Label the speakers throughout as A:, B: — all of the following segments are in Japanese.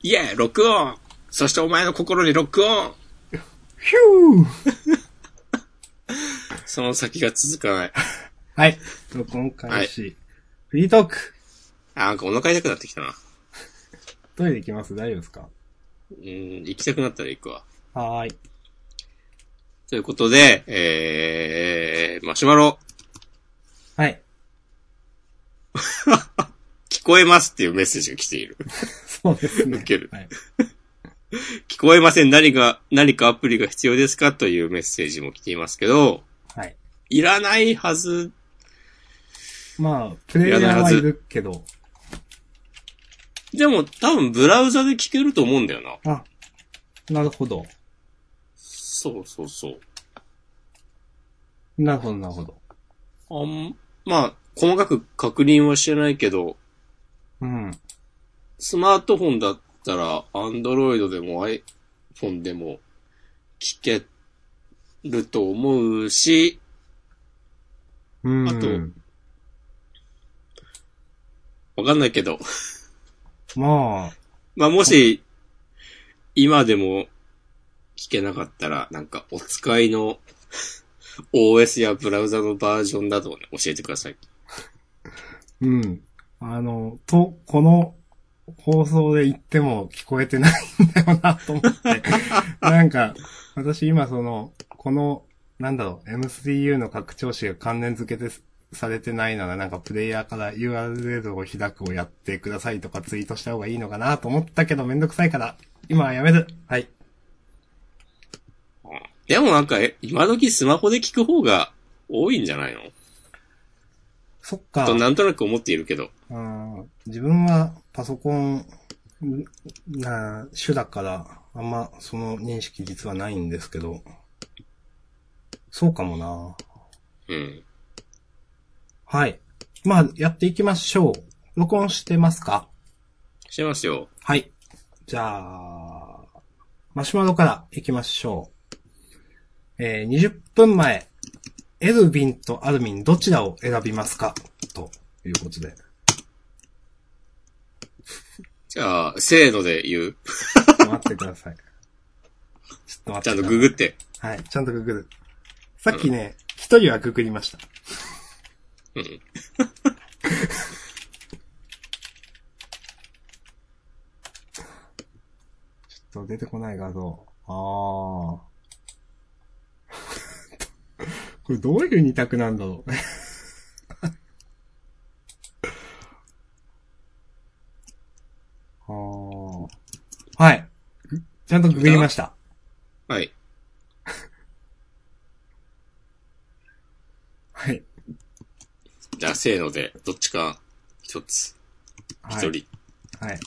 A: イエーイロックオンそしてお前の心にロックオン
B: ヒュー
A: その先が続かない。
B: はい。と、今回し、フリートーク。
A: あ、なんかお腹痛くなってきたな。
B: トイレ行きます大丈夫ですか
A: うん、行きたくなったら行くわ。
B: はーい。
A: ということで、えー、マシュマロ、
B: はい。
A: 聞こえますっていうメッセージが来ている。
B: そうですね。
A: ウケる
B: はい。
A: 聞こえません。何が、何かアプリが必要ですかというメッセージも来ていますけど、
B: はい。
A: いらないはず。
B: まあ、プレイヤーはいるけど、
A: でも多分ブラウザで聞けると思うんだよな。
B: あ、なるほど。
A: そうそうそう。
B: なるほど、なるほど。
A: あん、まあ、細かく確認はしてないけど、
B: うん。
A: スマートフォンだったら、アンドロイドでも iPhone でも聞けると思うし、
B: うん。
A: あとわかんないけど、
B: まあ、
A: まあもし、今でも聞けなかったら、なんかお使いの OS やブラウザのバージョンなどをね、教えてください。
B: うん。あの、と、この放送で言っても聞こえてないんだよなと思 って。なんか、私今その、この、なんだろう、MCU の拡張子が関連付けてされてないなら、なんかプレイヤーから URL を開くをやってくださいとかツイートした方がいいのかなと思ったけどめんどくさいから、今はやめる。はい。
A: でもなんか、え今時スマホで聞く方が多いんじゃないの
B: そっか。
A: となんとなく思っているけど。
B: うん自分はパソコンんな主だから、あんまその認識実はないんですけど、そうかもな。
A: うん。
B: はい。まあ、やっていきましょう。録音してますか
A: してますよ。
B: はい。じゃあ、マシュマロからいきましょう。えー20分前、エルヴィンとアルミンどちらを選びますかということで。
A: じゃあ、せーので言う。
B: ちょっと待ってください。 ちょっと待ってくださ
A: ち
B: い
A: ゃんとググって。
B: はい、ちゃんとググる。さっきね、一、人はググりました。
A: うん。
B: ちょっと出てこない画像。あー。 これどういう二択なんだろう。 あー。はい。ちゃんとググりました。
A: はい。
B: はい。
A: じゃあ、せーので、どっちか、一つ、一
B: は
A: 人、
B: い。
A: い、
B: はい。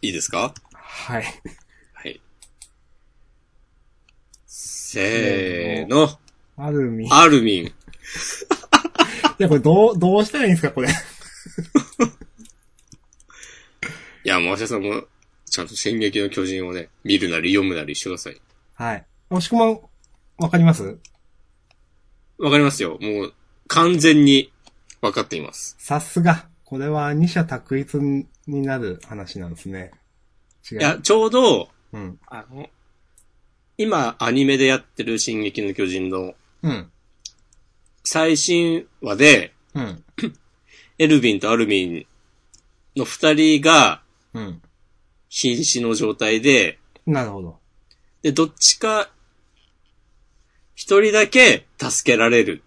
A: いですか
B: はい。
A: はい。せーの、
B: アルミ。
A: アルミン。
B: いや、これどう、どうしたらいいんですか、これ。
A: いや、マシャさんも、ちゃんと進撃の巨人をね、見るなり読むなりしてください。
B: はい。もしくも、わかります
A: わかりますよ。もう、完全に、わかっています。
B: さすが。これは二者択一になる話なんですね。違う。
A: いや、ちょうど、
B: うん。
A: あの、今、アニメでやってる進撃の巨人の
B: うん。
A: 最新話で、
B: うん。
A: エルヴィンとアルミンの二人が、
B: うん。
A: 瀕死の状態で、
B: なるほど。
A: で、どっちか、一人だけ助けられる。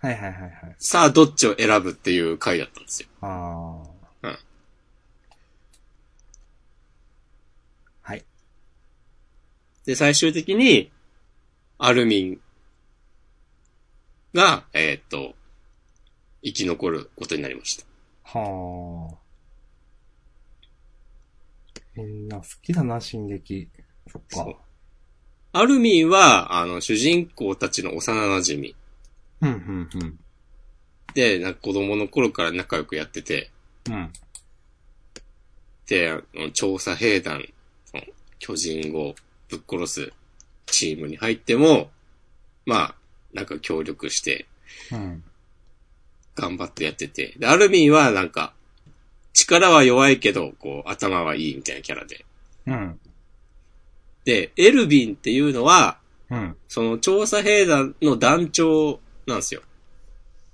B: はいはいはいはい。
A: さあ、どっちを選ぶっていう回だったんですよ。
B: ああ。
A: うん
B: はい。
A: で、最終的に、アルミンが、えーっと、生き残ることになりました。
B: はあ。みんな好きだな、進撃。そっ
A: そう
B: か。
A: アルミンは、あの、主人公たちの幼馴染
B: うん、うん、うん。
A: で、なんか子供の頃から仲良くやってて、
B: うん。
A: で、あの調査兵団、その巨人をぶっ殺すチームに入っても、まあ、なんか協力して
B: うん。
A: 頑張ってやってて、で、アルミンはなんか、力は弱いけど、こう、頭はいいみたいなキャラで。
B: うん。
A: で、エルビンっていうのは、
B: うん。
A: その調査兵団の団長なんですよ。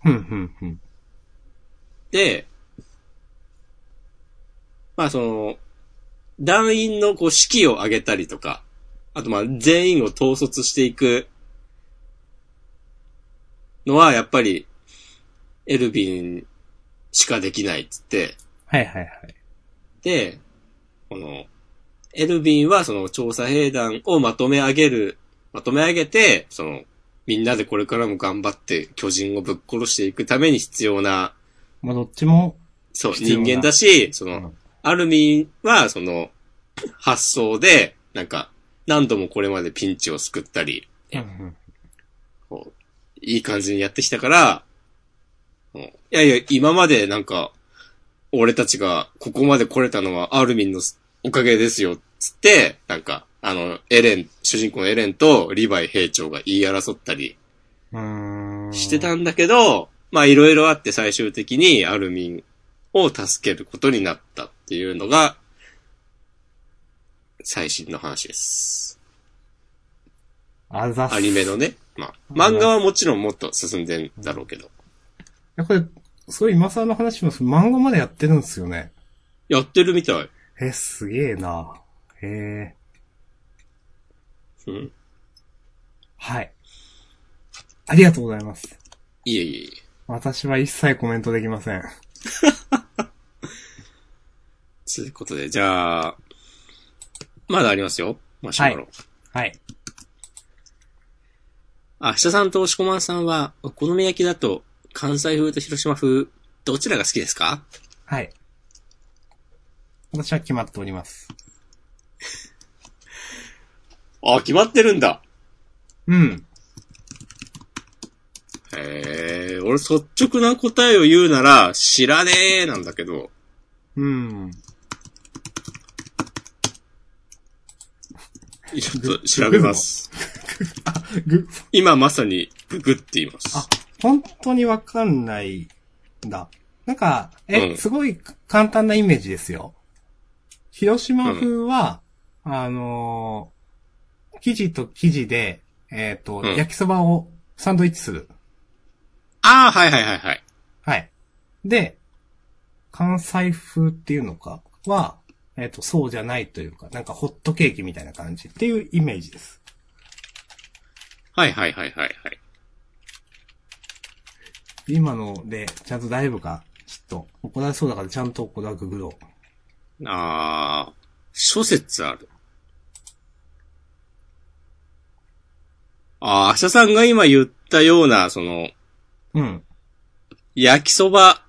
B: うん、うん、うん。
A: で、まあその、団員のこう士気を上げたりとか、あとまあ全員を統率していくのはやっぱりエルビンしかできないっつって、
B: はいはいはい。
A: で、この、エルビンはその調査兵団をまとめ上げる、まとめ上げて、その、みんなでこれからも頑張って巨人をぶっ殺していくために必要な、
B: まあ、どっちも、
A: そう、
B: 必要
A: 人
B: な
A: 間だし、その、
B: うん
A: アルミンは、その、発想で、なんか、何度もこれまでピンチを救ったり、
B: うん、
A: こういい感じにやってきたから、もういやいや、今までなんか、俺たちがここまで来れたのはアルミンのおかげですよ、つって、なんか、あの、エレン、主人公のエレンとリヴァイ兵長が言い争ったり
B: うん。うーん。
A: してたんだけど、まあいろいろあって最終的にアルミンを助けることになったっていうのが、最新の話です。
B: あざっす
A: アニメのね。まあ、漫画はもちろんもっと進んでんだろうけど。
B: いや、これ、すごい今更の話します。漫画までやってるんですよね。
A: やってるみたい。
B: え、すげえな。へえ。
A: うん。
B: はい。ありがとうございます。
A: いえいえいえ。
B: 私は一切コメントできません。
A: ということで、じゃあ、まだありますよ。マシュマロ。
B: はい。
A: あ、下さんと押しこまんさんは、お好み焼きだと、関西風と広島風、どちらが好きですか
B: はい。私は決まっております。
A: あ、決まってるんだ。
B: うん。
A: へえ、俺率直な答えを言うなら、知らねえなんだけど、
B: うん。
A: ちょっと調べます。
B: ぐ、
A: 今まさにググっています。
B: あ本当にわかんないんだ。なんか、え、
A: うん
B: すごい簡単なイメージですよ。広島風は、あのー生地と生地で、えっ、と、
A: うん
B: 焼きそばをサンドイッチする。
A: ああ、はいはいはいはい。
B: はい。で、関西風っていうのかは、えっ、と、そうじゃないというか、なんかホットケーキみたいな感じっていうイメージです。
A: はいはいはいはいはい。
B: 今ので、ちゃんと大丈夫かちょっと、怒られそうだからちゃんとこれはググろう。
A: ああ、諸説ある。ああ、明日さんが今言ったような、その、
B: うん。
A: 焼きそば、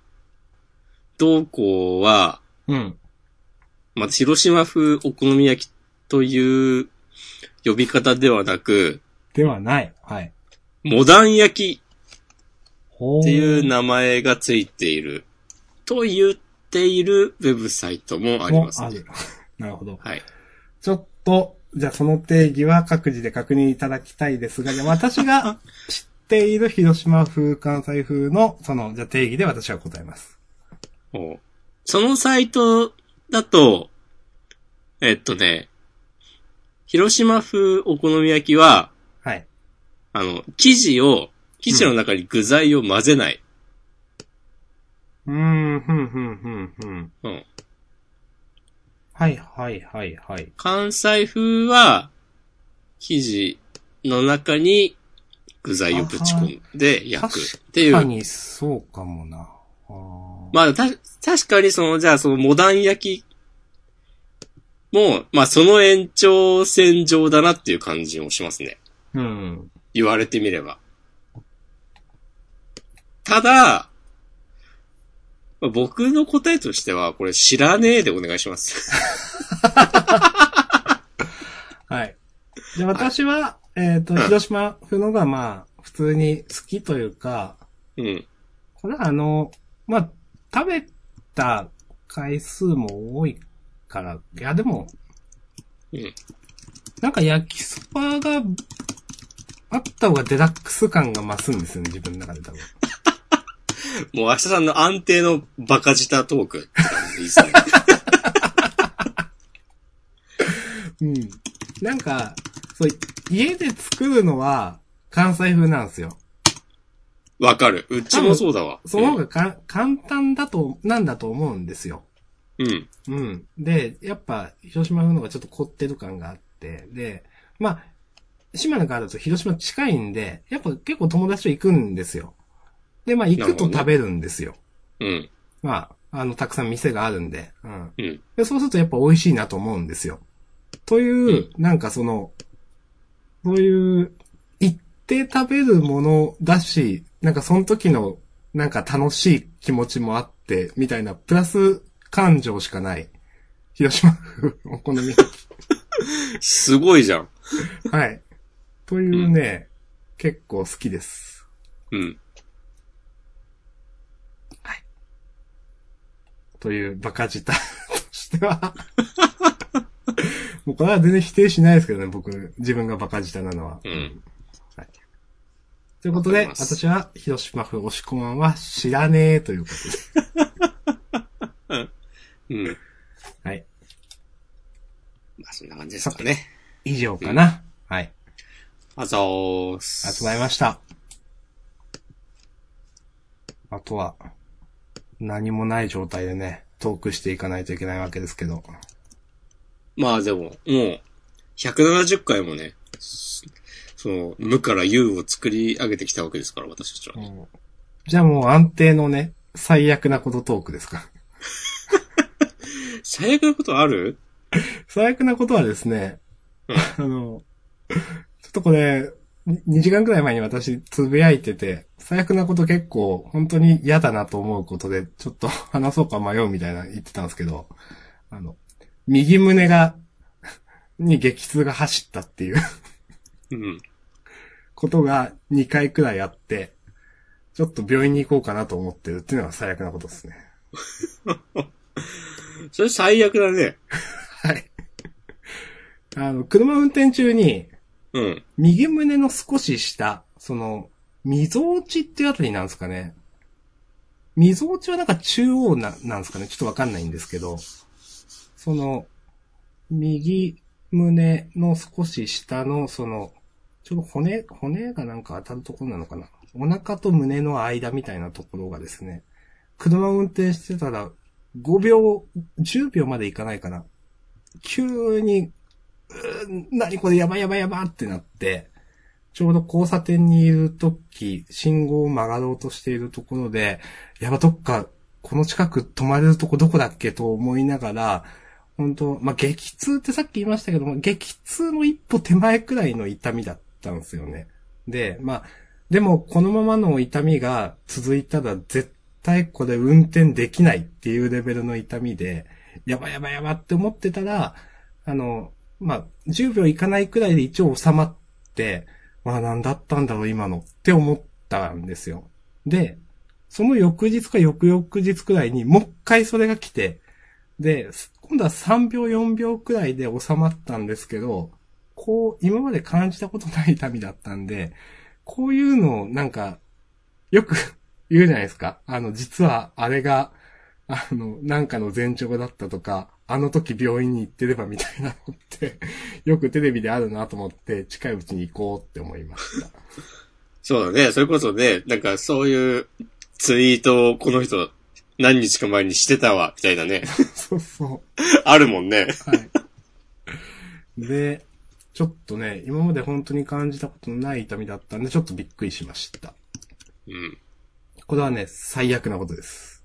A: 同行は、
B: うん。
A: まあ、広島風お好み焼きという呼び方ではなく、
B: ではない。はい。
A: モダン焼き
B: ほ
A: っていう。名前がついている、と言っているウェブサイトもあります、
B: ある。なるほど。
A: はい。
B: ちょっと、じゃあその定義は各自で確認いただきたいですが、じゃあ私 が知っている広島風、関西風の、その、じゃあ定義で私は答えます。
A: おそのサイトだと、えっとね、広島風お好み焼きは、
B: はい。
A: あの、生地を、生地の中に具材を混ぜない。
B: うーん、ふんふんふんふん。
A: うん、
B: はいはいはいはい。
A: 関西風は、生地の中に具材をぶち込んで焼くってい
B: 確
A: う。
B: かにそうかもな。あ
A: まあ、た、確かにその、じゃあそのモダン焼きも、まあその延長線上だなっていう感じもしますね。
B: ーうん。
A: 言われてみれば。ただ、まあ僕の答えとしては、これ知らねえでお願いします。
B: はい。じゃあ私は、えっ、と、広島風のがまあ、普通に好きというか、
A: うん。
B: これはあの、まあ、食べた回数も多いから、いやでも、
A: うん
B: なんか焼きそばがあった方がデラックス感が増すんですよね、自分の中で多分。
A: もう明日さんの安定のバカ舌トークって感じいいっすね。
B: うん。なんか、そう、家で作るのは関西風なんですよ。
A: わかる。うちもそうだわ。
B: その方がか、簡単だと、なんだと思うんですよ。
A: うん。
B: うん。で、やっぱ、広島風のがちょっと凝ってる感があって、で、まあ、島根からだと広島近いんで、やっぱ結構友達と行くんですよ。で、まあ行くと
A: なるほどね
B: 食べるんですよ。
A: うん。
B: まあ、あの、たくさん店があるんで。うん。
A: うん。
B: で、そうするとやっぱ美味しいなと思うんですよ。という、なんかその、そういう、行って食べるものだし、なんかその時の、なんか楽しい気持ちもあって、みたいな、プラス感情しかない。広島風お好 み焼き。
A: すごいじゃん。
B: はい。というね、結構好きです。
A: うん。
B: というバカ舌としては。 もうこれは全然否定しないですけどね、僕、自分がバカ舌なのは。
A: うん。
B: はい。ということ
A: わか
B: で、
A: ります
B: 私は、広島風押し込まんは知らねえということで。
A: うん。ま
B: はい。
A: あ、そんな感じですかね。
B: 以上かな。はい。あり
A: あざーす。
B: がとうございました。あとは、何もない状態でね、トークしていかないといけないわけですけど。
A: まあでも、もう、170回もね、そその、無から有を作り上げてきたわけですから、私たちは。
B: じゃあもう安定のね、最悪なことトークですか。
A: 最悪なことある
B: 最悪なことはですね、
A: うん
B: あの、ちょっとこれ、に2時間くらい前に私つぶやいてて、最悪なこと結構本当に嫌だなと思うことで、ちょっと 話そうか迷うみたいな言ってたんですけど、あの、右胸が、に激痛が走ったっていう
A: うん。
B: ことが2回くらいあって、ちょっと病院に行こうかなと思ってるっていうのが最悪なことですね。
A: それ最悪だね。
B: はい。あの、車運転中に、
A: うん。
B: 右胸の少し下、その、溝落ちっていうあたりなんですかね。溝落ちはなんか中央な、なんですかね。ちょっとわかんないんですけど、その、右胸の少し下の、その、ちょっと骨、骨がなんか当たるところなのかな。お腹と胸の間みたいなところがですね、車を運転してたら、5秒、10秒までいかないかな。急に何これやばいやばいやばってなって、ちょうど交差点にいるとき、信号を曲がろうとしているところで、やばどっか、この近く止まれるとこどこだっけと思いながら、本当まあ、激痛ってさっき言いましたけども、激痛の一歩手前くらいの痛みだったんですよね。で、まあ、でもこのままの痛みが続いたら絶対これ運転できないっていうレベルの痛みで、やばいやばいやばって思ってたら、あの、まあ、10秒いかないくらいで一応収まって、まあ、なんだったんだろう、今のって思ったんですよ。で、その翌日か翌々日くらいにもう一回それが来て、で、す今度は3秒4秒くらいで収まったんですけど、こう、今まで感じたことない痛みだったんで、こういうのをなんか、よく 言うじゃないですか。あの、実はあれが、あの、なんかの前兆だったとか、あの時病院に行ってればみたいなのって、 よくテレビであるなと思って、近いうちに行こうって思いました。
A: そうだね。それこそね、なんかそういうツイートをこの人何日か前にしてたわ、みたいな ね。
B: そうそう。
A: あるもんね。
B: はい。で、ちょっとね、今まで本当に感じたことのない痛みだったんで、ちょっとびっくりしました。
A: うん。
B: これはね、最悪なことです。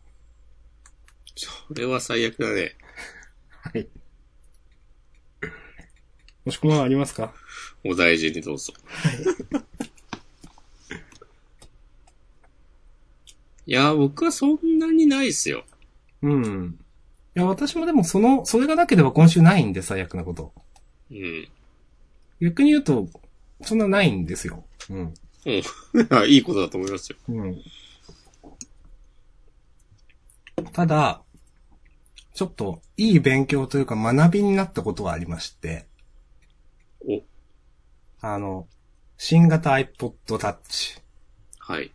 A: それは最悪だね。
B: はい。もしくはありますか
A: お大事にどうぞ。いや、僕はそんなにないっすよ。
B: うん。いや、私もでもその、それがなければ今週ないんで、最悪なこと。
A: うん。
B: 逆に言うと、そんなないんですよ。うん。
A: うん。いいことだと思いますよ。
B: うん。ただ、ちょっと、いい勉強というか学びになったことはありまして、
A: お、
B: あの、新型 iPod Touch
A: はい。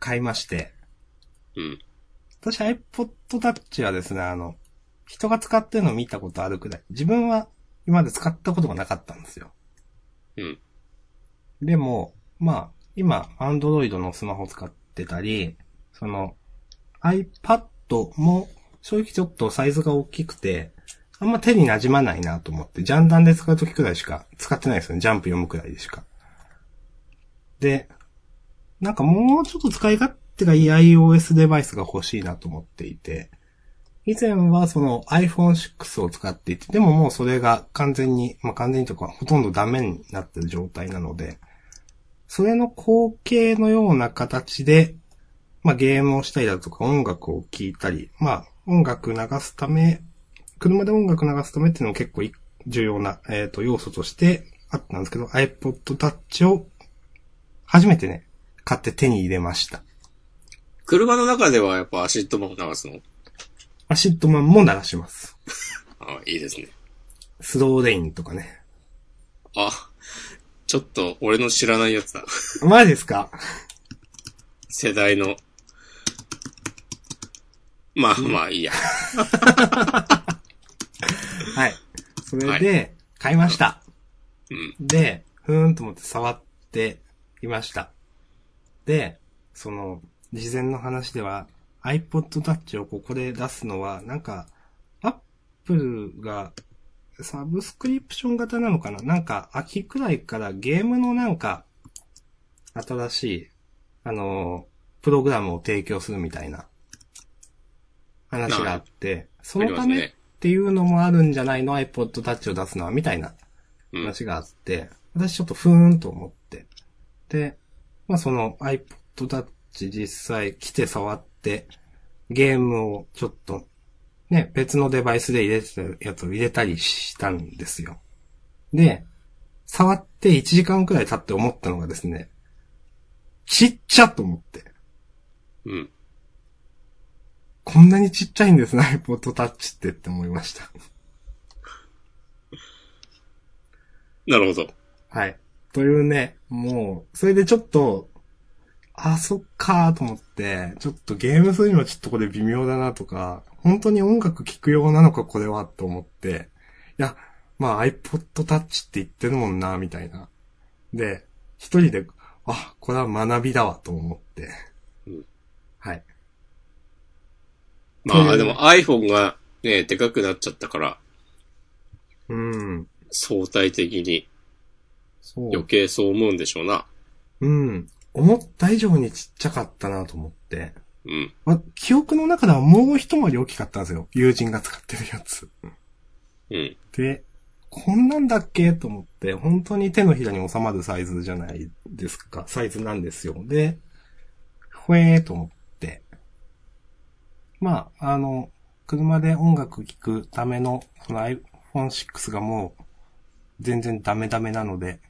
B: 買いまして、
A: うん。
B: 私 iPod Touch はですね、あの、人が使ってるのを見たことあるくらい。自分は今まで使ったことがなかったんですよ。
A: うん。
B: でも、まあ、今、Android のスマホ使ってたり、その、iPad も、正直ちょっとサイズが大きくて、あんま手に馴染まないなと思って、ジャンダンで使うときくらいしか使ってないですよね。ジャンプ読むくらいでしか。で、なんかもうちょっと使い勝手がいい iOS デバイスが欲しいなと思っていて、以前はその iPhone6 を使っていて、でももうそれが完全に、まあ、完全にというかほとんどダメになってる状態なので、それの後継のような形で、まあ、ゲームをしたりだとか音楽を聴いたり、まあ、音楽流すため、車で音楽流すためっていうのも結構い重要な、えっ、と、要素としてあったんですけど、iPod Touch を初めてね、買って手に入れました。
A: 車の中ではやっぱアシッドマン流すの
B: アシッドマンも流します。
A: あいいですね。
B: スローレインとかね。
A: あ、ちょっと俺の知らないやつだ。
B: マジですか
A: 世代の。まあまあいいや。
B: はい。それで、買いました。
A: うん。
B: で、ふーんと思って触っていました。で、その、事前の話では、iPod Touch をここで出すのは、なんか、Apple が、サブスクリプション型なのかななんか、秋くらいからゲームのなんか、新しい、あの、プログラムを提供するみたいな、話があって、そ
A: あり
B: の
A: ます
B: ためっ
A: ね。
B: ていうのもあるんじゃないの ?iPod Touch を出すのは、みたいな
A: うん。
B: 話があって、私ちょっとふーんと思って。で、まあその iPod Touch 実際来て触って、ゲームをちょっと、ね、別のデバイスで入れてたやつを入れたりしたんですよ。で、触って1時間くらい経って思ったのがですね、ちっちゃと思って。
A: うん。
B: こんなにちっちゃいんですね、iPod Touch ってって思いました。
A: なるほど。
B: はい。というね、もう、それでちょっと、あ、そっかーと思って、ちょっとゲームするにはちょっとこれ微妙だなとか、本当に音楽聴くようなのかこれはと思って、いや、まあ iPod Touch って言ってるもんな、みたいな。で、一人で、あ、これは学びだわと思って。
A: うん
B: はい。
A: ま
B: う
A: あ
B: ん
A: でも iPhone がね、でかくなっちゃったから、
B: うん。
A: 相対的に
B: そう。
A: 余計そう思うんでしょうな。
B: うん。思った以上にちっちゃかったなと思って。
A: うん。
B: まあ、記憶の中ではもう一回り大きかったんですよ。友人が使ってるやつ。
A: うん。
B: で、こんなんだっけと思って、本当に手のひらに収まるサイズじゃないですか。サイズなんですよ。で、ふえーと思って。まあ、あの、車で音楽聴くための、その iPhone6 がもう、全然ダメダメなので、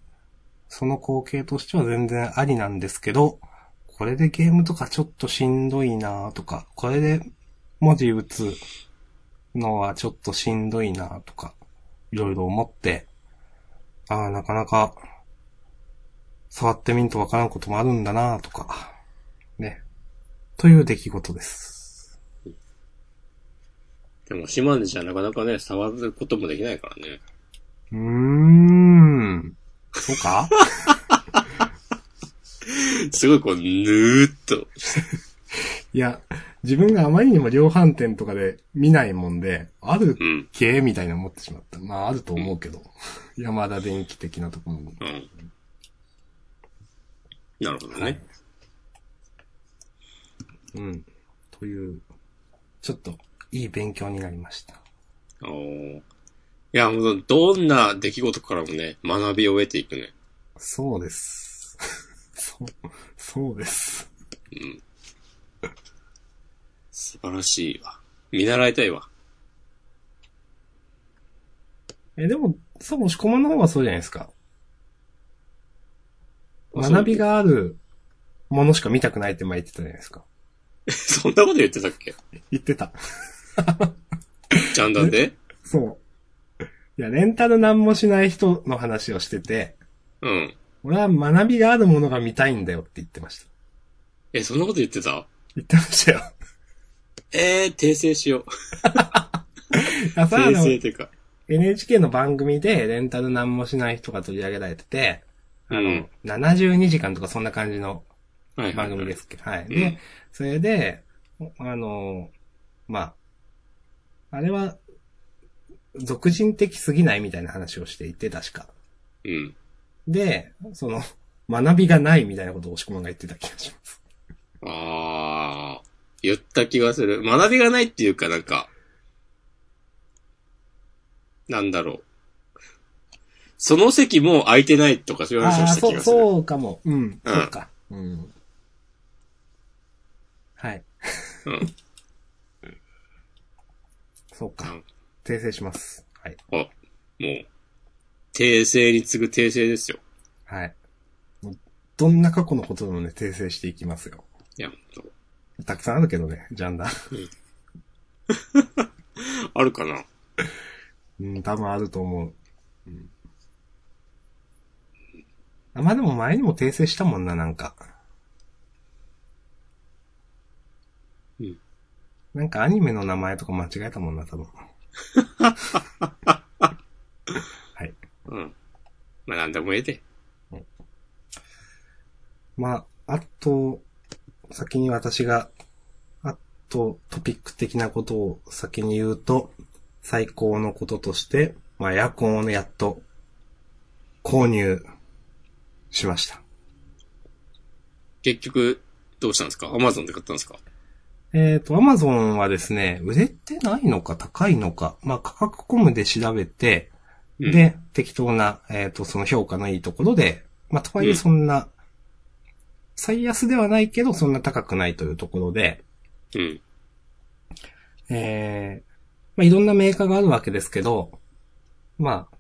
B: その光景としては全然ありなんですけど、これでゲームとかちょっとしんどいなとか、これで文字打つのはちょっとしんどいなとか、いろいろ思って、ああ、なかなか、触ってみんとわからんこともあるんだなとか、ね。という出来事です。
A: でも島根じゃなかなかね、触ることもできないからね。
B: うーん。そうか
A: すごいこう、ぬーっと。
B: いや、自分があまりにも量販店とかで見ないもんで、ある
A: うん。
B: 系みたいな思ってしまった。まあ、あると思うけ ど。山田電機的なところも。
A: うん。なるほど
B: はい
A: ね。
B: うん。という、ちょっと、いい勉強になりました。
A: おーいや、もうどんな出来事からもね、学びを得ていくね。
B: そうです。そう、そうです。
A: 素晴らしいわ。見習いたいわ。
B: え、でも、そう、押し込まんの方がそうじゃないですか。学びがあるものしか見たくないって前言ってたじゃないですか。
A: そんなこと言ってたっけ
B: 言ってた。
A: ジャンダンで
B: そう。いや、レンタル何もしない人の話をしてて、
A: うん。
B: 俺は学びがあるものが見たいんだよって言ってました。
A: え、そんなこと言ってた
B: 言ってましたよ。
A: えー、訂正しよ
B: あ
A: う。
B: さあ
A: 訂
B: の、
A: 正ってか。
B: NHK の番組でレンタル何もしない人が取り上げられてて、
A: う
B: あの、
A: ん。
B: 72時間とかそんな感じの
A: はいはい
B: 番
A: は
B: 組で
A: い。
B: すっけど、はい。
A: うん
B: で、それで、あの、まあ、あれは、俗人的すぎないみたいな話をしていて、確か。
A: うん。
B: で、その、学びがないみたいなことを押し込まんが言ってた気がします。
A: あー、言った気がする。学びがないっていうかなんか、なんだろう。その席もう空いてないとかそういう話を
B: ああ
A: した気
B: ー、そう、
A: がする。
B: そうかも。うん、そうか。うん。はい。
A: うん。
B: そうか
A: うん。
B: 訂正します。はい。
A: もう、訂正に次ぐ訂正ですよ。
B: はい。もうどんな過去のことでもね、訂正していきますよ。
A: いや、ほんと
B: たくさんあるけどね、ジャンダン。
A: あるかな
B: うん、多分あると思う。うんあまあでも前にも訂正したもんな、なんか。
A: うん。
B: なんかアニメの名前とか間違えたもんな、多分。はい。
A: うん。まあなんでもええで。
B: まあ、あと、先に私が、あと、トピック的なことを先に言うと、最高のこととして、まあ、エアコンをね、やっと、購入、しました。
A: 結局、どうしたんですかアマゾンで買ったんですか
B: えっ、と、アマゾンはですね、売れてないのか高いのか、まあ、価格コムで調べて、
A: うん
B: で、適当な、えっ、と、その評価のいいところで、まあ、とはいえそんな、最安ではないけど、そんな高くないというところで、
A: うん。
B: えー、まあ、いろんなメーカーがあるわけですけど、まあ、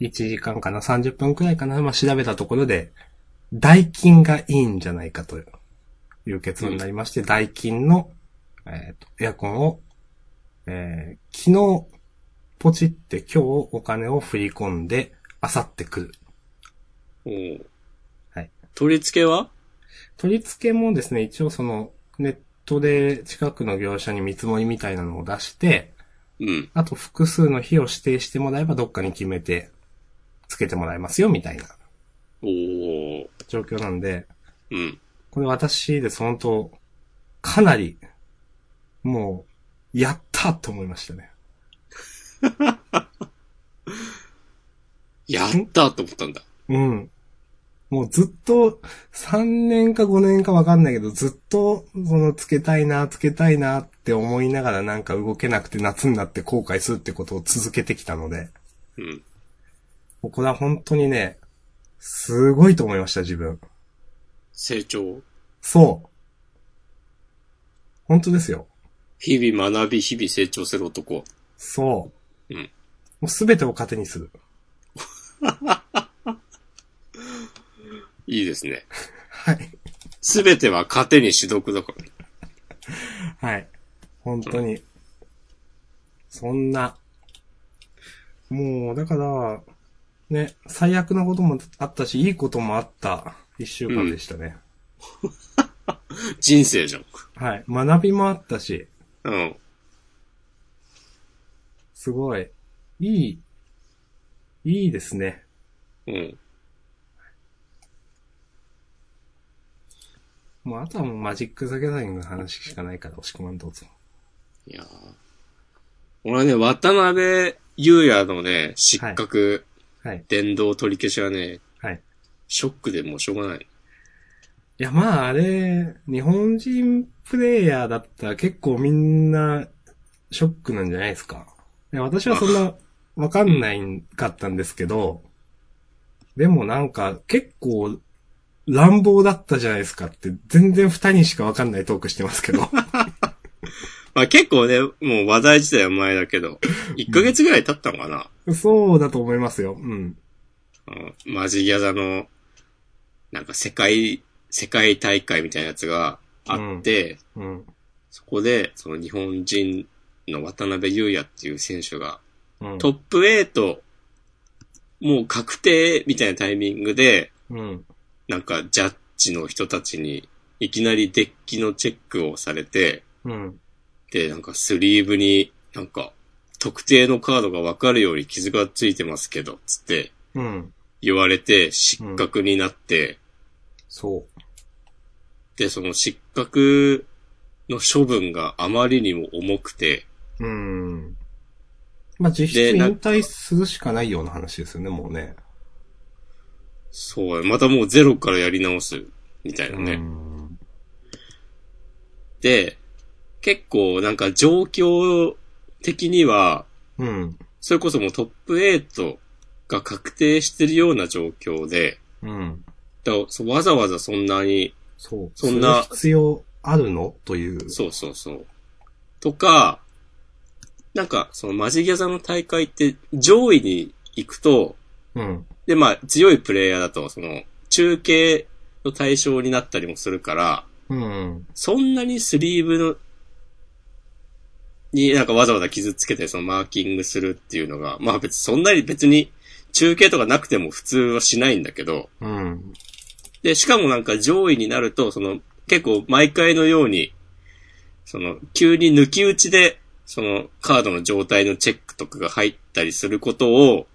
B: 1時間かな、30分くらいかな、まあ、調べたところで、代金がいいんじゃないかという結論になりまして、代金の、えーとエアコンを、えー昨日、ポチって今日お金を振り込んで、あさってくる。
A: おー
B: はい。
A: 取り付けは
B: 取り付けもですね、一応その、ネットで近くの業者に見積もりみたいなのを出して、
A: うん。
B: あと複数の日を指定してもらえばどっかに決めて、つけてもらえますよ、みたいな
A: おー
B: 状況なんで、
A: うん。
B: これ私でそのと、かなり、もう、やったと思いましたね。
A: やったと思ったんだ。
B: うん。もうずっと、3年か5年かわかんないけど、ずっと、その、つけたいな、つけたいなって思いながらなんか動けなくて夏になって後悔するってことを続けてきたので、
A: うん。
B: もうこれは本当にね、すごいと思いました、自分。
A: 成長。
B: そう。本当ですよ。
A: 日々学び、日々成長する男。
B: そう。
A: うん
B: もうすべてを糧にする。
A: いいですね。
B: はい。
A: すべては糧に主読だから。
B: はい。本当に。そんな。もう、だから、ね、最悪なこともあったし、いいこともあった一週間でしたね。
A: 人生じゃん。
B: はい。学びもあったし、
A: うん。
B: すごい、いい、いいですね。
A: うん。
B: もう、あとはもうマジック・ザ・ギャザリングの話しかないから、押し込まんどうぞ。
A: いやー俺はね、渡辺優也のね、失格、
B: はい。
A: 電動取り消しはね、
B: はい。
A: ショックでもうしょうがない。
B: いや、まあ、あれ、日本人プレイヤーだったら結構みんな、ショックなんじゃないですか。いや、私はそんな、わかんないんかったんですけど、でもなんか、結構、乱暴だったじゃないですかって、全然二人しかわかんないトークしてますけど。
A: まあ結構ね、もう話題自体は前だけ ど、1ヶ月ぐらい経ったのかな、
B: そうだと思いますよ。うん。
A: うん、マジギャザの、なんか世界、世界大会みたいなやつがあって、
B: うん。
A: そこで、その日本人の渡辺優也っていう選手が、
B: うん。
A: トップ8、もう確定みたいなタイミングで、
B: うん。
A: なんかジャッジの人たちに、いきなりデッキのチェックをされて、
B: うん。
A: って、なんかスリーブになんか特定のカードがわかるように傷がついてますけど、つって
B: うん。
A: 言われて失格になって、
B: そう。
A: で、その失格の処分があまりにも重くて、
B: うん。まあ、実質
A: で
B: 引
A: なん
B: 退するしかないような話ですよね、もうね。
A: そう、またもうゼロからやり直す、みたいなね。
B: うん。
A: で、結構なんか状況的には、
B: うん。
A: それこそもうトップ8が確定してるような状況で、
B: うん。
A: だからそうわざわざそんなに、
B: そう。
A: そんな
B: する必要あるのという。
A: そうそうそう。とか、なんか、そのマジギャザの大会って上位に行くと、
B: うん。
A: で、まあ、強いプレイヤーだと、その、中継の対象になったりもするから、
B: うん。
A: そんなにスリーブの、になんかわざわざ傷つけて、そのマーキングするっていうのが、まあ別、そんなに別に、中継とかなくても普通はしないんだけど、
B: うん。
A: で、しかもなんか上位になると、その、結構毎回のように、その、急に抜き打ちで、その、カードの状態のチェックとかが入ったりすることを、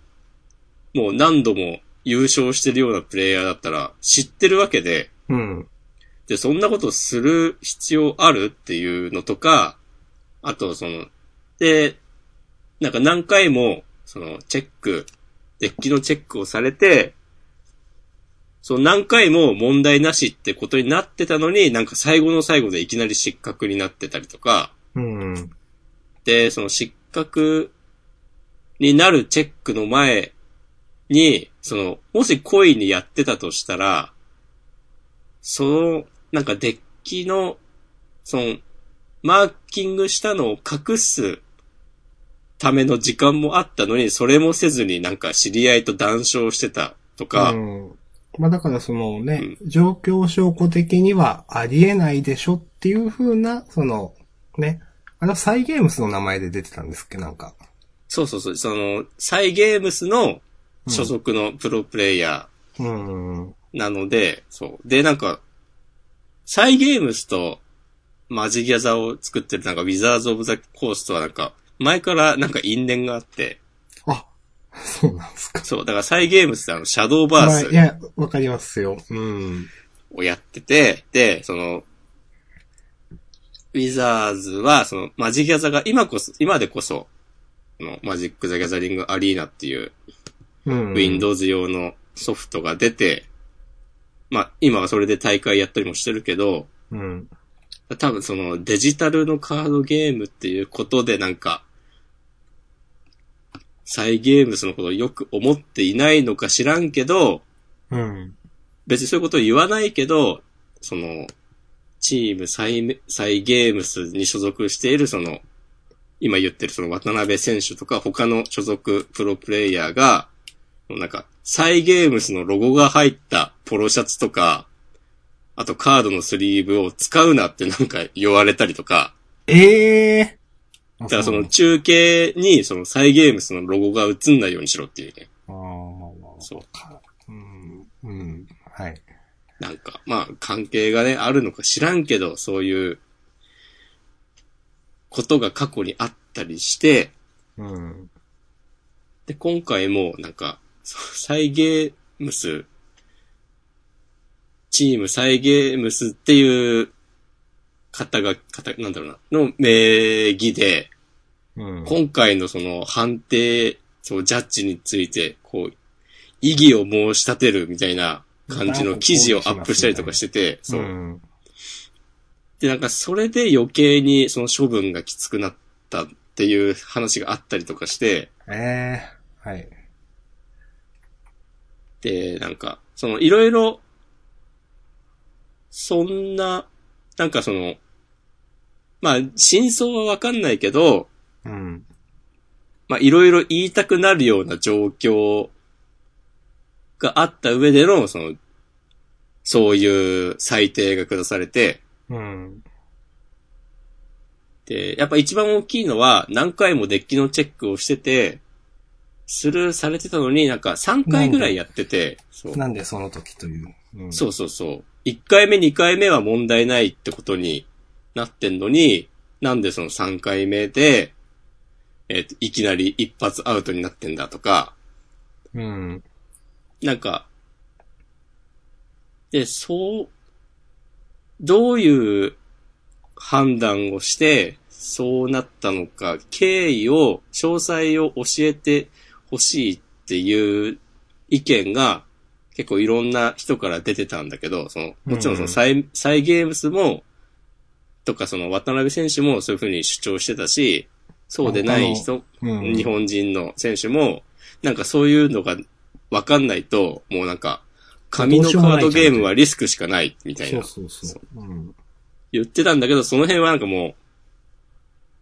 A: もう何度も優勝してるようなプレイヤーだったら知ってるわけで、
B: うん。
A: で、そんなことする必要あるっていうのとか、あと、その、で、なんか何回も、その、チェック、デッキのチェックをされて、その何回も問題なしってことになってたのに、なんか最後の最後でいきなり失格になってたりとか、
B: うん。
A: で、その失格になるチェックの前に、その、もし故意にやってたとしたら、その、なんかデッキの、その、マーキングしたのを隠すための時間もあったのに、それもせずになんか知り合いと談笑してたとか、
B: うんまあだからそのね、状況証拠的にはありえないでしょっていう風な、その、ね、あれはサイゲームスの名前で出てたんですっけど、なんか。
A: そうそうそう、その、サイゲームスの所属のプロプレイヤー、
B: うん。
A: なので、そう。で、なんか、サイゲームスとマジギャザーを作ってるなんかウィザーズ・オブ・ザ・コーストはなんか、前からなんか因縁があって、
B: あ、そうなんですか。
A: そう、だからサイゲームスってあの、シャドー
B: ま
A: バ
B: あ、い
A: ース
B: や、わかりますよ。うん。
A: をやってて、で、その、ウィザーズは、その、マジギャザーが今こそ、今でこそ、あのマジック・ザ・ギャザリング・アリーナっていう、
B: うん。
A: Windows 用のソフトが出て、まあ、今はそれで大会やったりもしてるけど、
B: うん。
A: 多分そのデジタルのカードゲームっていうことでなんか、サイゲームスのことをよく思っていないのか知らんけど、
B: うん。
A: 別にそういうことを言わないけど、その、チームサイメサイゲームスに所属しているその、今言ってるその渡辺選手とか他の所属プロプレイヤーが、なんか、サイゲームスのロゴが入ったポロシャツとか、あとカードのスリーブを使うなってなんか言われたりとか、
B: ええー。
A: だからその中継にそのサイゲームスのロゴが映んないようにしろっていうね。
B: ああ、
A: そう。
B: うん。うん。はい。
A: なんか、まあ、関係がね、あるのか知らんけど、そういう、ことが過去にあったりして、
B: うん。
A: で、今回も、なんか、そうサイゲームス、チームサイゲームスっていう、方が、方、なんだろうな、の名義で、
B: うん。
A: 今回のその判定、そのジャッジについて、こう、異議を申し立てるみたいな感じの記事をアップしたりとかしてて、そうう。
B: ん。
A: で、なんかそれで余計にその処分がきつくなったっていう話があったりとかして、
B: ええー。はい。
A: で、なんか、そのいろいろ、そんな、なんかその、まあ、真相はわかんないけど、
B: うん。
A: まあ、いろいろ言いたくなるような状況があった上での、その、そういう裁定が下されて、
B: うん。
A: で、やっぱ一番大きいのは、何回もデッキのチェックをしてて、スルーされてたのになんか3回ぐらいやってて、そう
B: なんでその時という。うん
A: そうそうそう。1回目、2回目は問題ないってことになってんのに、なんでその3回目で、えっ、と、いきなり一発アウトになってんだとか、
B: うん。
A: なんか、で、そう、どういう判断をして、そうなったのか、経緯を、詳細を教えてほしいっていう意見が、結構いろんな人から出てたんだけど、その、もちろんそのサイ、サイゲームスも、とかその渡辺選手もそういうふうに主張してたし、そうでない人、
B: うん。
A: 日本人の選手も、なんかそういうのがわかんないと、もうなんか、紙のカードゲームはリスクしかない、みたい
B: そう
A: な。
B: そうそう。うん。
A: 言ってたんだけど、その辺はなんかもう、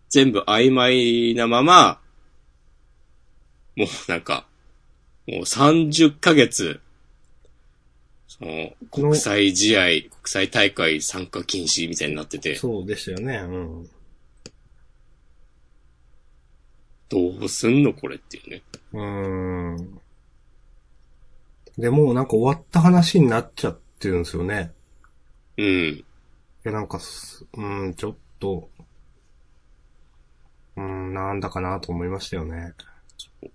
A: 全部曖昧なまま、もうなんか、もう30ヶ月、その、
B: この
A: 国際試合、国際大会参加禁止みたいになってて、
B: そうでしたよね。うん。
A: どうすんのこれっていうね。
B: うーん。で、もうなんか終わった話になっちゃってるんですよね。
A: うん。
B: いや、なんかす、うーん、ちょっと、うーん、なんだかなと思いましたよね。
A: っ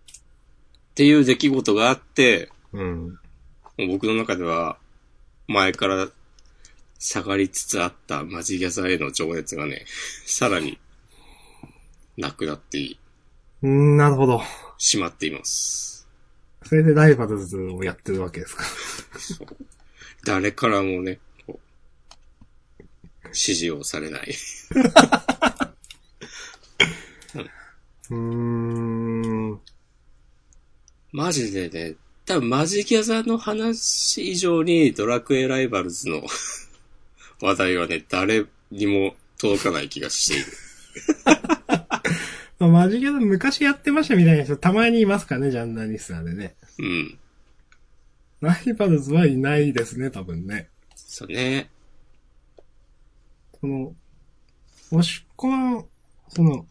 A: ていう出来事があって、
B: うん。
A: もう僕の中では、前から下がりつつあったマジギャザーへの情熱がね、さらに、なくなって
B: うん、なるほど。
A: しまっています。
B: それでライバルズをやってるわけですか。
A: 誰からもね、こう、指示をされない。
B: うーん。
A: マジでね、多分マジギャザーの話以上にドラクエライバルズの話題はね、誰にも届かない気がしている。
B: まあ、マジギャル昔やってましたみたいな人たまにいますかね、ジャンナリストでね。
A: うん。
B: ライバルズはいないですね、多分ね。
A: そうね。
B: その、押し込ん、その、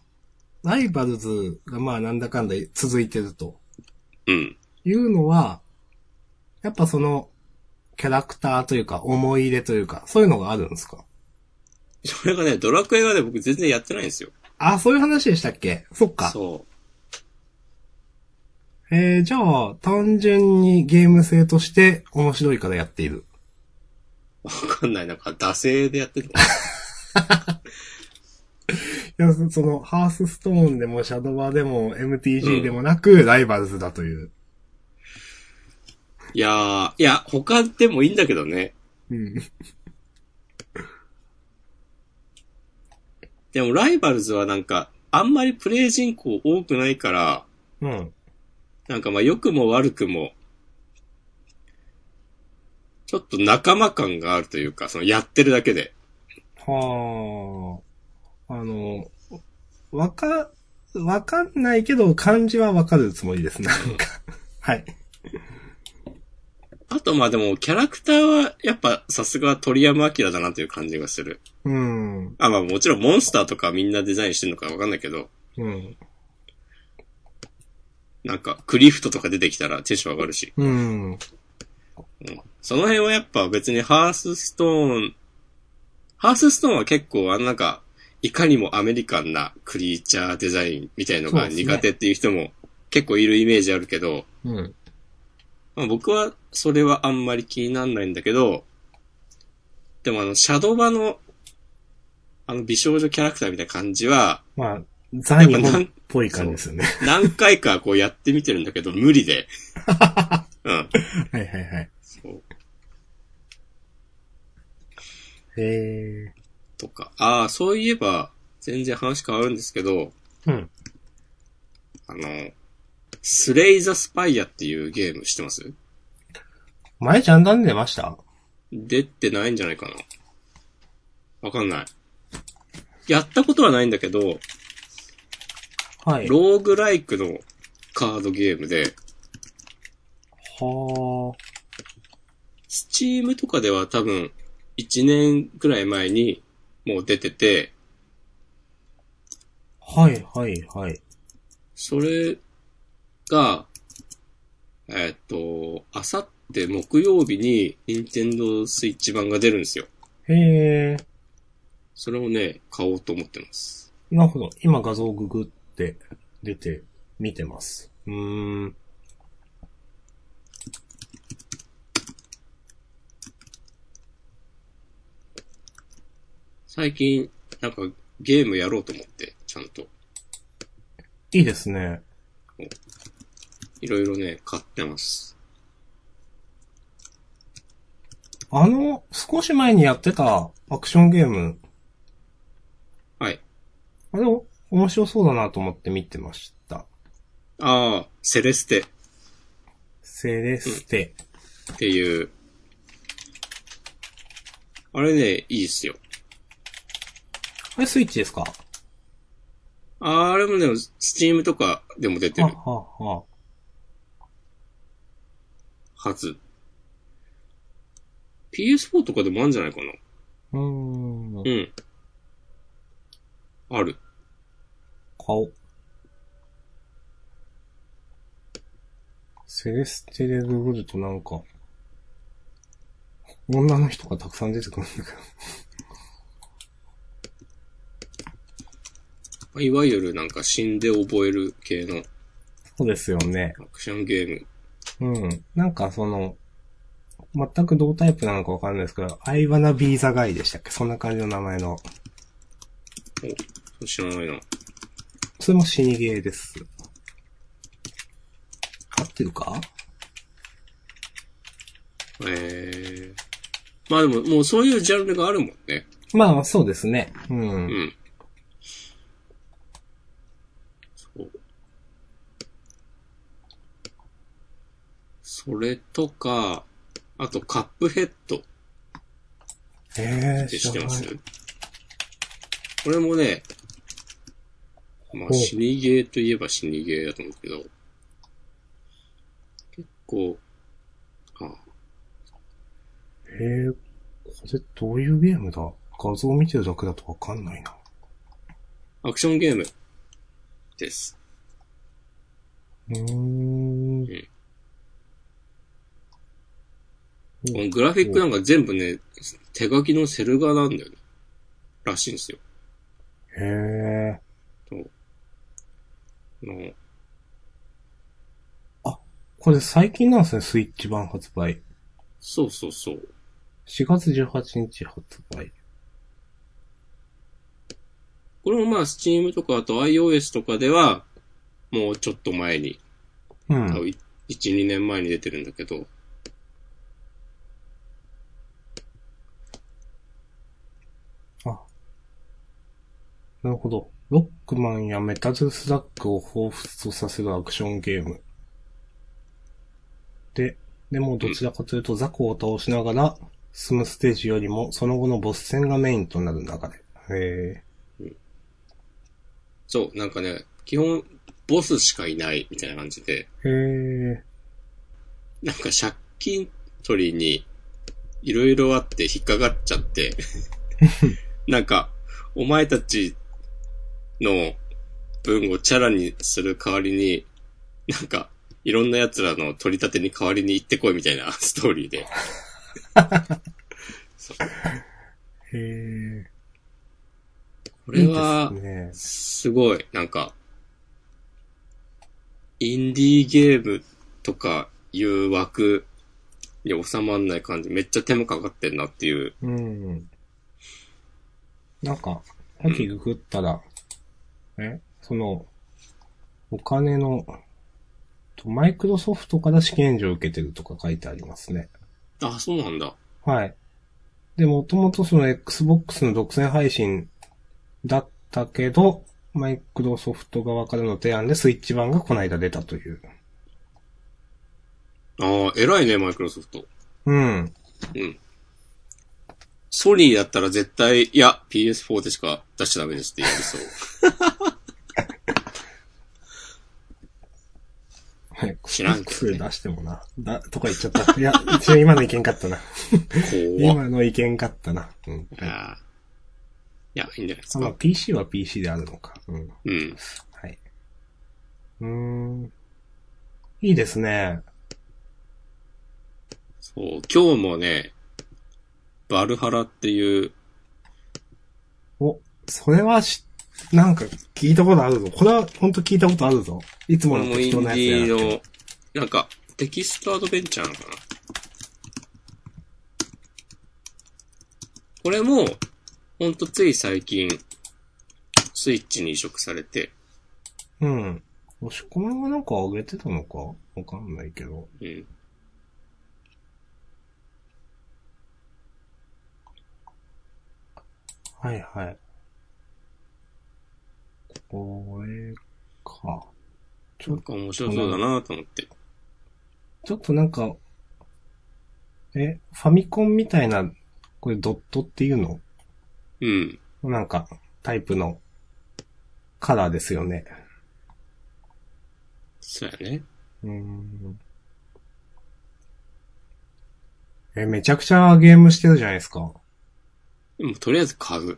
B: ライバルズがまあなんだかんだ続いてると
A: うん。
B: いうのは、やっぱその、キャラクターというか、思い入れというか、そういうのがあるんですか
A: それがね、ドラクエはね、僕全然やってないんですよ。
B: あ、そういう話でしたっけそっか。
A: そう。
B: えー、じゃあ、単純にゲーム性として面白いからやっている。
A: わかんない。なんか、惰性でやってるのか
B: いや、そその、ハースストーンでも、シャドバーでも、MTG でもなく、ライバルズだという。
A: な。いやー、いや、他でもいいんだけどね。
B: うん。
A: でも、ライバルズはなんか、あんまりプレイ人口多くないから、
B: うん。
A: なんかまあ、良くも悪くも、ちょっと仲間感があるというか、その、やってるだけで。
B: はあ。あの、わか、わかんないけど、漢字はわかるつもりです。なんか。はい。
A: あと、まあでも、キャラクターは、やっぱ、さすが鳥山明だなという感じがする。
B: うん。
A: あ、まあ、もちろん、モンスターとかみんなデザインしてるのかわかんないけど、
B: うん。
A: なんか、クリフトとか出てきたらテンション上がるし。
B: うん。
A: その辺はやっぱ別にハースストーン、ハースストーンは結構あのなんか、いかにもアメリカンなクリーチャーデザインみたいの
B: そ
A: が
B: うですね
A: 苦手っていう人も結構いるイメージあるけど、
B: うん。
A: まあ、僕はそれはあんまり気になんないんだけど、でもあの、シャドバの、あの美少女キャラクターみたいな感じは、
B: まあ、ザイモンっぽい感じですよね。
A: 何回かこうやってみてるんだけど、 無理で。うん。
B: はいはいはい。
A: そう
B: へえ。
A: とか。ああ、そういえば、全然話変わるんですけど、
B: うん。
A: あの、スレイザ・スパイアっていうゲーム知ってます
B: 前ちゃんと出ました
A: 出てないんじゃないかなわかんない。やったことはないんだけど、
B: はい。は
A: ローグライクのカードゲームで、
B: あ。
A: スチームとかでは多分1年くらい前にもう出てて、
B: はいはいはい。
A: それが、えーっと、あさって木曜日に Nintendo Switch 版が出るんですよ。
B: へえ。
A: それをね、買おうと思ってます。
B: なるほど。今画像をググって出て見てます。うーん。
A: 最近、なんか、ゲームやろうと思って、ちゃんと。
B: いいですね。
A: いろいろね、買ってます。
B: あの、少し前にやってたアクションゲーム、
A: はい。
B: あれお面白そうだなと思って見てました。
A: ああ、セレステ
B: セレステ。
A: っていう。あれね、いいっすよ。
B: あれスイッチですか
A: あれもね、スチームとかでも出てる
B: ははは
A: はず。PS4 とかでもあるんじゃないかな
B: うーん。
A: うん。ある。
B: 顔。セレステでググるとなんか、女の人がたくさん出てくるんだけど。
A: いわゆるなんか死んで覚える系の
B: そうですよね。
A: アクションゲーム。
B: うん。なんかその、全く同タイプなのかわかんないですけど、アイバナビーザガイでしたっけそんな感じの名前の。
A: 知らないな。
B: それも死にゲーです。合ってるか
A: ええまあでも、もうそういうジャンルがあるもんね。
B: まあ、そうですね。う。
A: うんん。そう。それとか、あとカップヘッド。
B: ええー、
A: って知って
B: ら
A: ま
B: な
A: す
B: い
A: これもね、まあ
B: ほう
A: 死にゲーといえば死にゲーだと思うけど、結構、あ、
B: えー、これどういうゲームだ画像を見てるだけだとわかんないな。
A: アクションゲームです。
B: うーん。
A: このグラフィックなんか全部ね、手書きのセル画なんだよね。らしいんですよ。
B: へえ。
A: あの
B: これ最近なんですね、スイッチ版発売。
A: そうそうそう。
B: 4月18日発売。
A: これもまあ Steam とかあと iOS とかでは、もうちょっと前に
B: う
A: 多
B: ん。
A: 分い1、2年前に出てるんだけど。
B: なるほど。ロックマンやメタルスラックを彷彿とさせるアクションゲーム。で、でもどちらかというと雑魚を倒しながら進むステージよりもその後のボス戦がメインとなる流れ。へえ。
A: そう、なんかね、基本、ボスしかいないみたいな感じで、
B: へえ。
A: なんか借金取りに、いろいろあって引っかかっちゃって、なんか、お前たちの分をチャラにする代わりに、なんか、いろんな奴らの取り立てに代わりに行ってこいみたいな ストーリーで。そう
B: へえ。
A: これは、
B: いいですね。
A: すごい、なんか、インディーゲームとかいう枠に収まんない感じ、めっちゃ手間かかってんなっていう。
B: うん。なんか、さっきググったら、えその、お金の、とマイクロソフトから資金援助を受けてるとか書いてありますね。
A: あ、そうなんだ。
B: はい。で、もともとその Xbox の独占配信だったけど、マイクロソフト側からの提案でスイッチ版がこの間出たという。
A: ああ、偉いね、マイクロソフト。
B: うん。
A: うん。ソニーだったら絶対、いや、PS4 でしか出しちゃダメですって言われそう。
B: はい。
A: 知らんけどね
B: Xbox で出してもな。だ、とか言っちゃった。いや、一応今の意見かったな。
A: 怖っ。
B: 今の意見かったな。うん。
A: いやーいや、いいんじゃないです
B: あまあ、
A: か。
B: PC は PC であるのか。うん。
A: うん。
B: はい。うーん。いいですね。
A: そう、今日もね、バルハラっていう、
B: お、それはし、なんか聞いたことあるぞ。これは本当聞いたことあるぞ。いつ
A: こ
B: も
A: れ
B: の
A: もイ
B: 適
A: ンデ
B: 当な
A: ィ
B: やつや。
A: ーの、なんか、テキストアドベンチャーなのかなこれも、ほんとつい最近、スイッチに移植されて、
B: うん。押し込みがなんか上げてたのかわかんないけど。
A: うん。
B: はいはい。これか。ち
A: な
B: ょ
A: んか面白そうだなと思って。
B: ちょっとなんか、え、ファミコンみたいな、これドットっていうの
A: うん。
B: なんか、タイプのカラーですよね。
A: そうやね。
B: うーん。え、めちゃくちゃゲームしてるじゃないですか。
A: でもとりあえず買う。
B: い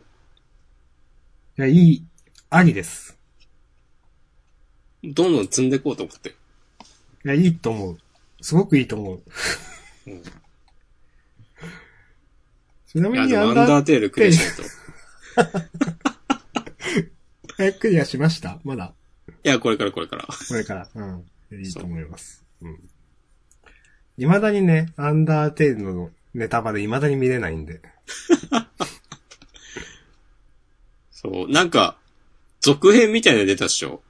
B: や、いい、ありです。
A: どんどん積んでこうと思って。
B: いや、いいと思う。すごくいいと思う。
A: うん
B: ちないみ
A: や、
B: に
A: で
B: ア
A: もア
B: ン
A: ンダ
B: ダ
A: ーテールクリアしないと。
B: ークリアしましたまだ。
A: いや、これからこれから。
B: これから。うん。いいと思います。うん。未だにね、アンダーテールのネタバレ未だに見れないんで。
A: そう。なんか、続編みたいなの出たっしょ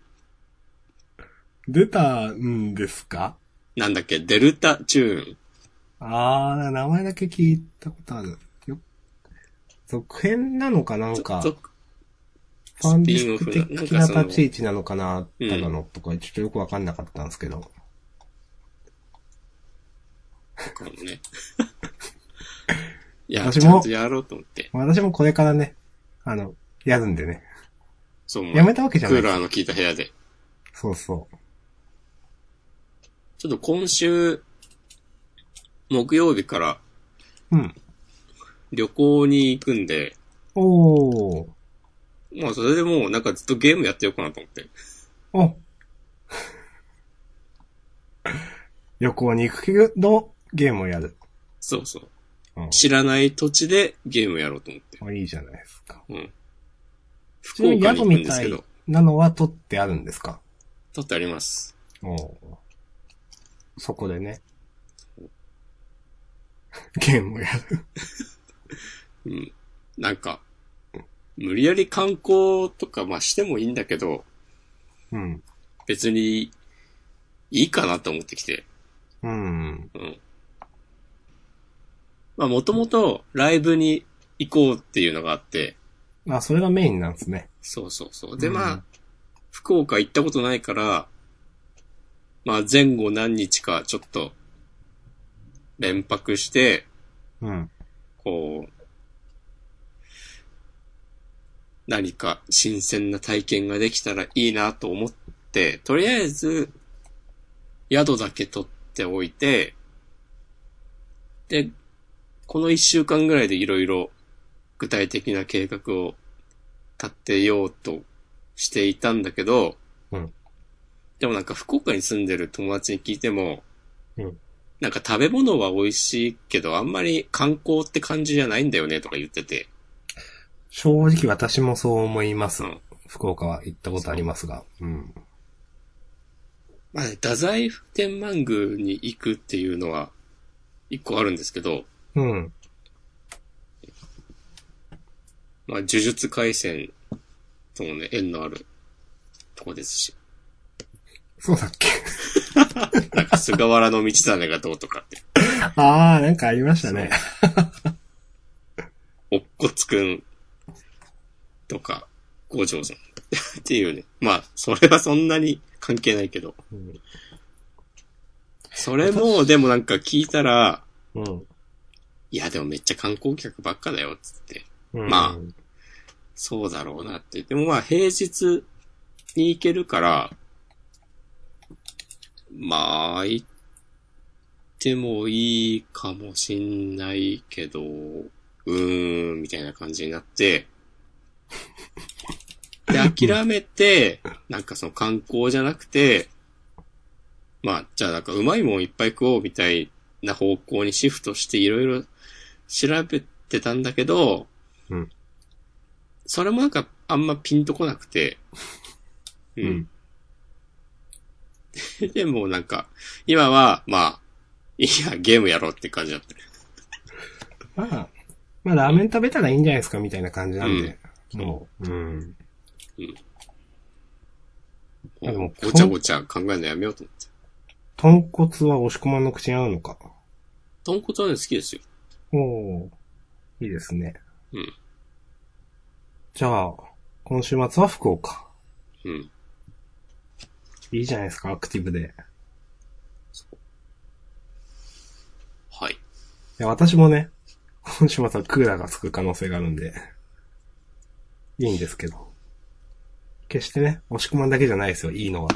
B: 出たんですか
A: なんだっけデルタチューン。
B: あー、名前だけ聞いたことある。よ続編なのかなんか、
A: ぞ
B: フ
A: ぞ
B: ァンディ
A: スピンオ
B: ス
A: フ
B: ク
A: な
B: 的な
A: なんかその
B: 立ち位置なのかな、ただのとか、ちょっとよくわかんなかったんですけど。
A: かもね。 いや、
B: 私
A: ちゃ
B: も
A: んとやろうと思って。
B: 私もこれからね、あの、やるんでね。
A: そう思う。
B: やめたわけじゃ
A: ク
B: な
A: ー
B: い。
A: ラーの効いた部屋で。
B: そうそう。
A: ちょっと今週、木曜日から
B: うん。
A: 旅行に行くんで、
B: おー。
A: まあそれでもうなんかずっとゲームやってようかなと思って。
B: お 旅行に行くけど、ゲームをやる。
A: そうそう。
B: うん
A: 知らない土地でゲームやろうと思って。
B: あいいじゃないですか。
A: うん。福
B: ちなみに
A: 岡に
B: 宿
A: 行くん
B: み
A: です
B: た
A: け
B: い
A: ど、
B: なのは取ってあるんですか
A: 取ってあります。
B: おーそこでね。 ゲームをやる。
A: うん。なんか、無理やり観光とか、まあしてもいいんだけど、
B: うん。
A: 別に、いいかなと思ってきて。
B: うん。
A: うん。まあ、もともとライブに行こうっていうのがあって、
B: あ、それがメインなんですね。
A: そうそうそう。で、ま
B: う
A: あ
B: ん、
A: 福岡行ったことないから、まあ、前後何日かちょっと、連泊して、
B: うん。
A: こう、何か新鮮な体験ができたらいいなと思って、とりあえず、宿だけ取っておいて、で、この一週間ぐらいでいろいろ具体的な計画を立てようとしていたんだけど、
B: うん
A: でもなんか福岡に住んでる友達に聞いても、
B: うん
A: なんか食べ物は美味しいけど、あんまり観光って感じじゃないんだよねとか言ってて、
B: 正直私もそう思います
A: うん。
B: 福岡は行ったことありますが。うん。
A: まあね、太宰府天満宮に行くっていうのは、一個あるんですけど、
B: うん。
A: まあ、呪術廻戦ともね、縁のあるとこですし、
B: そうだっけ
A: なんか菅原道真がどうとかって、
B: あー、なんかありましたね。
A: おっこつくんとか、五条さん っていうね。まあ、それはそんなに関係ないけど。
B: うん
A: それも、でもなんか聞いたら、
B: うん。
A: いや、でもめっちゃ観光客ばっかだよ、つって。
B: うん
A: まあそうだろうなって。でもまあ平日に行けるから、まあ行ってもいいかもしんないけど、うーん、みたいな感じになって、で、諦めて、なんかその観光じゃなくて、まあ、じゃあなんかうまいもんいっぱい食おうみたいな方向にシフトしていろいろ調べてたんだけど、それもなんか、あんまピンとこなくて。う
B: うんん。
A: でもなんか、今は、まあ、いや、ゲームやろうって感じだった。
B: まあ、まあラーメン食べたらいいんじゃないですかみたいな感じなんで。もう、うん。でも
A: ごちゃごちゃ考えるのやめようと思って。
B: 豚骨は押し込まんの口に合うのか。
A: 豚骨はね、好きですよ。
B: おおいいですね。
A: うん。
B: じゃあ、今週末は福岡。
A: うん。
B: いいじゃないですか、アクティブで。
A: はい。
B: いや、私もね、今週末はクーラーがつく可能性があるんで、いいんですけど。決してね、押し込まんだけじゃないですよ、いいのは。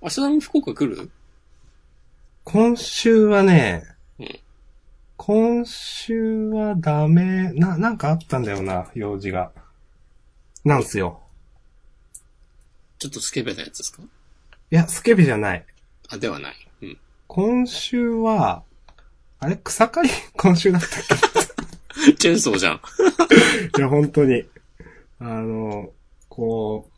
A: 明日も福岡来る
B: 今週はね、
A: うん
B: 今週はダメ、な、なんかあったんだよな、用事が。なんすよ。
A: ちょっとスケベなやつですか
B: いや、スケベじゃない。
A: あ、ではない。うん。
B: 今週は、あれ草刈り 今週だったっ
A: チェーンソーじゃん。
B: けいや、本当に。あの、こう、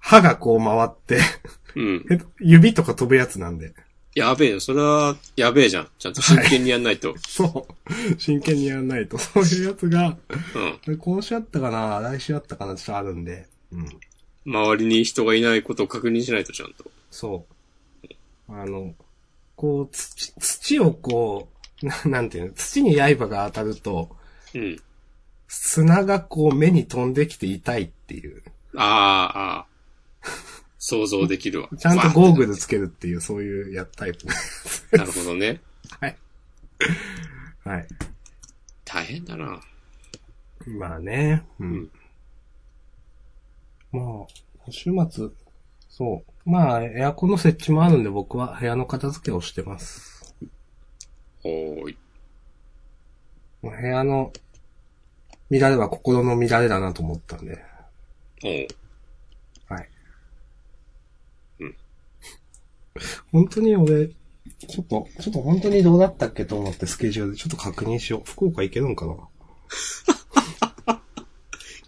B: 歯がこう回って、
A: うん。
B: え指とか飛ぶやつなんで。
A: やべえよ。それは、やべえじゃん。ちゃんと真剣にやんないと。
B: そう。真剣にやんないと。そういうやつが、
A: うん。
B: 今週あったかな来週あったかなちょっとあるんで。うん。
A: 周りに人がいないことを確認しないとちゃんと。
B: そう。あの、こう、土、土をこう、ななんていうの、土に刃が当たると、
A: うん。
B: 砂がこう目に飛んできて痛いっていう。
A: ああ、ああ。想像できるわ
B: 。ちゃんとゴーグ
A: ル。
B: ルつけるっていう、そういうやタイプ。
A: なるほどね。
B: はい。
A: 大変だな。
B: まあね。うんん。まあ、週末、そう。まあ、エアコンの設置もあるんで、僕は部屋の片付けをしてます。
A: おーい。
B: もう部屋の乱れは心の乱れだなと思ったんで。
A: おー
B: はい。
A: うん。
B: 本当に俺、ちょっと、ちょっと本当にどうだったっけと思ってスケジュールでちょっと確認しよう。福岡行けるんかな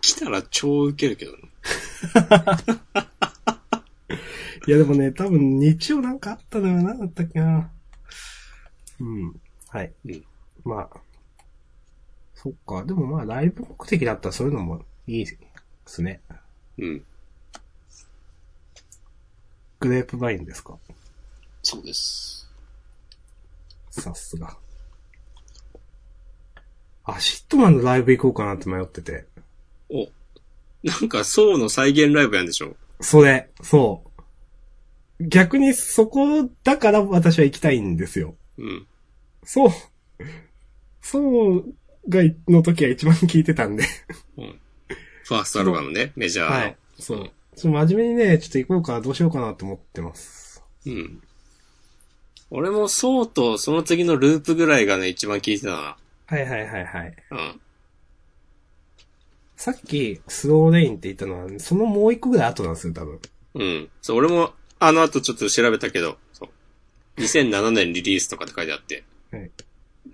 A: 来たら超ウケるけどな。
B: いやでもね、多分日曜なんかあったのよな、だったっけな。うん。はい。
A: うん
B: まあ。そっか。でもまあ、ライブ目的だったらそういうのもいいですね。
A: うん。
B: グレープバインですか
A: そうです。
B: さすが。あ、シットマンのライブ行こうかなって迷ってて。
A: お。なんか、層の再現ライブやんでしょ
B: それ、そう。逆にそこだから私は行きたいんですよ。
A: うん。
B: そう。そうが、の時は一番聞いてたんで。
A: うん。ファーストアルバムね、メジャーの。
B: はい。そう。ちょっと真面目にね、ちょっと行こうか、どうしようかなと思ってます。
A: うん。俺もそうとその次のループぐらいがね、一番聞いてたな。
B: はいはいはいはい。
A: うん。
B: さっき、スローレインって言ったのは、そのもう一個ぐらい後なんですよ、多分。
A: うん。そう、俺もあの後ちょっと調べたけど、そう。2007年リリースとかって書いてあって。
B: はい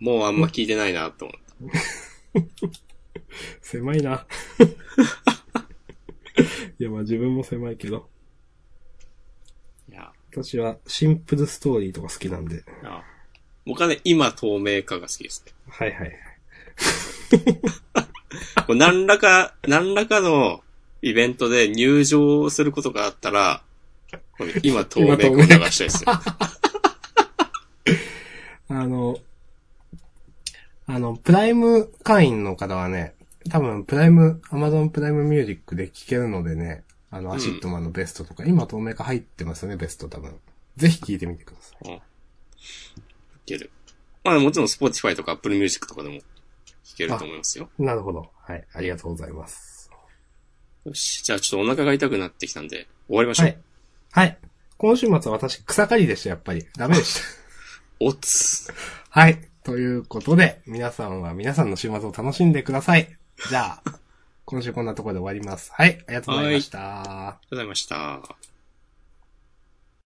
A: もうあんま聞いてないなと思った。
B: 狭いな。 いや、まあ自分も狭いけど。
A: いや、
B: 私はシンプルストーリーとか好きなんで。
A: いや僕はね、今透明化が好きですね。
B: はいはい。
A: こう何らか、何らかのイベントで入場することがあったら、これ今透明化を流したいですよ。
B: あの、あの、プライム会員の方はね、多分プライム、アマゾンプライムミュージックで聴けるのでね、あの、
A: ん
B: アシットマンのベストとか、今透明化入ってますよね、ベスト多分。ぜひ聴いてみてください。
A: うん。いける。まあもちろん Spotify とか Apple Music とかでも聞けると思いますよ。
B: なるほど。はい。ありがとうございます。
A: よし。じゃあちょっとお腹が痛くなってきたんで、終わりましょう。
B: はい。はい。今週末は私、草刈りでした、やっぱり。ダメでした。
A: おつ。
B: はい。ということで、皆さんは皆さんの週末を楽しんでください。じゃあ、今週こんなところで終わります。はい。ありがとうございました。
A: ありがとうございました。